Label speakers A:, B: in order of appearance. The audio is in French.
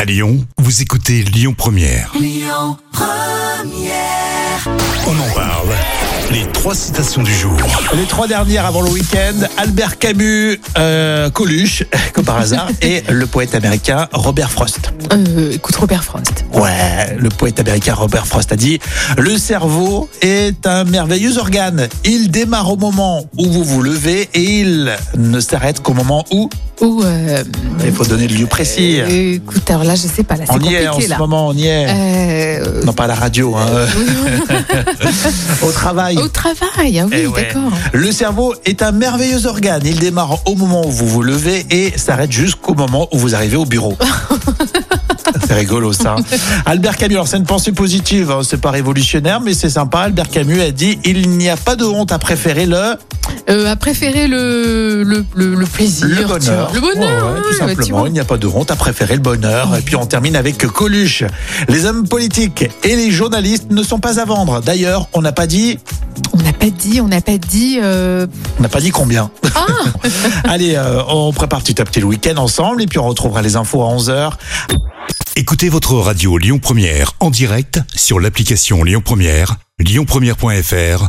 A: À Lyon, vous écoutez Lyon Première. On en parle. Les trois citations du jour.
B: Les trois dernières avant le week-end, Albert Camus, euh, Coluche, comme par hasard, et le poète américain Robert Frost.
C: Euh, écoute Robert Frost.
B: Ouais, le poète américain Robert Frost a dit Le cerveau est un merveilleux organe. Il démarre au moment où vous vous levez et il ne s'arrête qu'au moment où.
C: Ou euh,
B: Il faut donner le lieu précis.
C: euh, écoute, alors là, je sais pas, là, c'est
B: On y
C: compliqué
B: est en ce
C: là.
B: moment, on y est.
C: Euh,
B: Non, pas à la radio, hein. au travail.
C: au travail, ah oui,
B: Eh ouais.
C: d'accord.
B: Le cerveau est un merveilleux organe. Il démarre au moment où vous vous levez et s'arrête jusqu'au moment où vous arrivez au bureau. C'est rigolo ça. Albert Camus, alors c'est une pensée positive, hein, c'est pas révolutionnaire, mais c'est sympa. Albert Camus a dit il n'y a pas de honte à préférer le.
C: Euh, à préférer le, le, le, le plaisir,
B: Le
C: tu vois.
B: bonheur.
C: Le bonheur,
B: Ouais, ouais,
C: hein,
B: tout
C: ouais, tu
B: simplement.
C: vois.
B: Il n'y a pas de honte à préférer le bonheur. Et puis on termine avec Coluche. Les hommes politiques et les journalistes ne sont pas à vendre. D'ailleurs, on n'a pas dit,
C: On n'a pas dit, on n'a pas dit. euh,
B: on n'a pas dit combien.
C: Ah,
B: Allez, euh, on prépare petit à petit le week-end ensemble et puis on retrouvera les infos à 11h.
A: Écoutez votre radio Lyon Première en direct sur l'application Lyon Première, lyonpremière.fr